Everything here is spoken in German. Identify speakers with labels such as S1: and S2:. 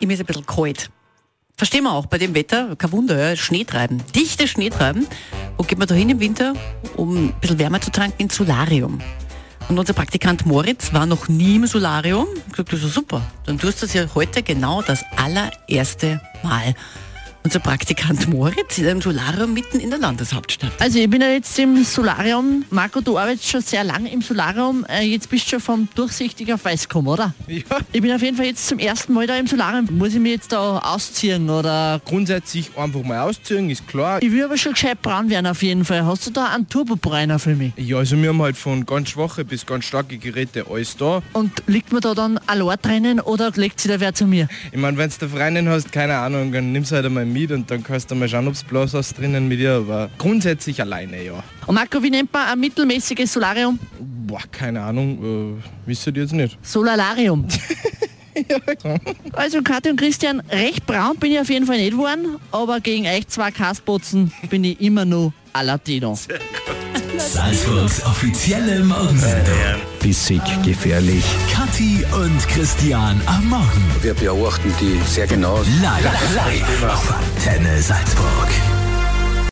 S1: ich mir ist ein bisschen kalt. Verstehen wir auch, bei dem Wetter, kein Wunder, ja, Schneetreiben, dichte Schneetreiben. Wo geht man da hin im Winter, um ein bisschen Wärme zu tanken? Ins Solarium. Und unser Praktikant Moritz war noch nie im Solarium. Ich hab gesagt, das ist super, dann tust du es ja heute genau das allererste Mal. Unser Praktikant Moritz in einem Solarium mitten in der Landeshauptstadt.
S2: Also ich bin ja jetzt im Solarium. Marco, du arbeitest schon sehr lang im Solarium. Äh, jetzt bist du schon vom durchsichtig auf weiß gekommen, oder?
S3: Ja.
S2: Ich bin auf jeden Fall jetzt zum ersten Mal da im Solarium. Muss ich mich jetzt da ausziehen oder...
S3: Grundsätzlich einfach mal ausziehen, ist klar.
S2: Ich will aber schon gescheit braun werden auf jeden Fall. Hast du da einen Turbobrenner für mich?
S3: Ja, also wir haben halt von ganz schwache bis ganz starke Geräte alles da.
S2: Und liegt man da dann allein drinnen oder legt sich da wer zu mir?
S3: Ich meine, wenn du Freundin hast, keine Ahnung, dann nimm's halt einmal mit und dann kannst du mal schauen, ob's bloß was drinnen mit dir, aber grundsätzlich alleine, ja.
S2: Und Marco, wie nennt man ein mittelmäßiges Solarium?
S3: Boah, keine Ahnung, äh, wisst ihr jetzt nicht.
S2: Solalarium. Also Kathi und Christian, recht braun bin ich auf jeden Fall nicht geworden, aber gegen euch zwei Kaspotzen bin ich immer nur Aladino.
S4: Salzburgs offizielle Morgensendung.
S5: Bissig gefährlich.
S4: Kathi und Christian am Morgen.
S6: Wir beobachten die sehr genau.
S4: Live, live auf Antenne Salzburg.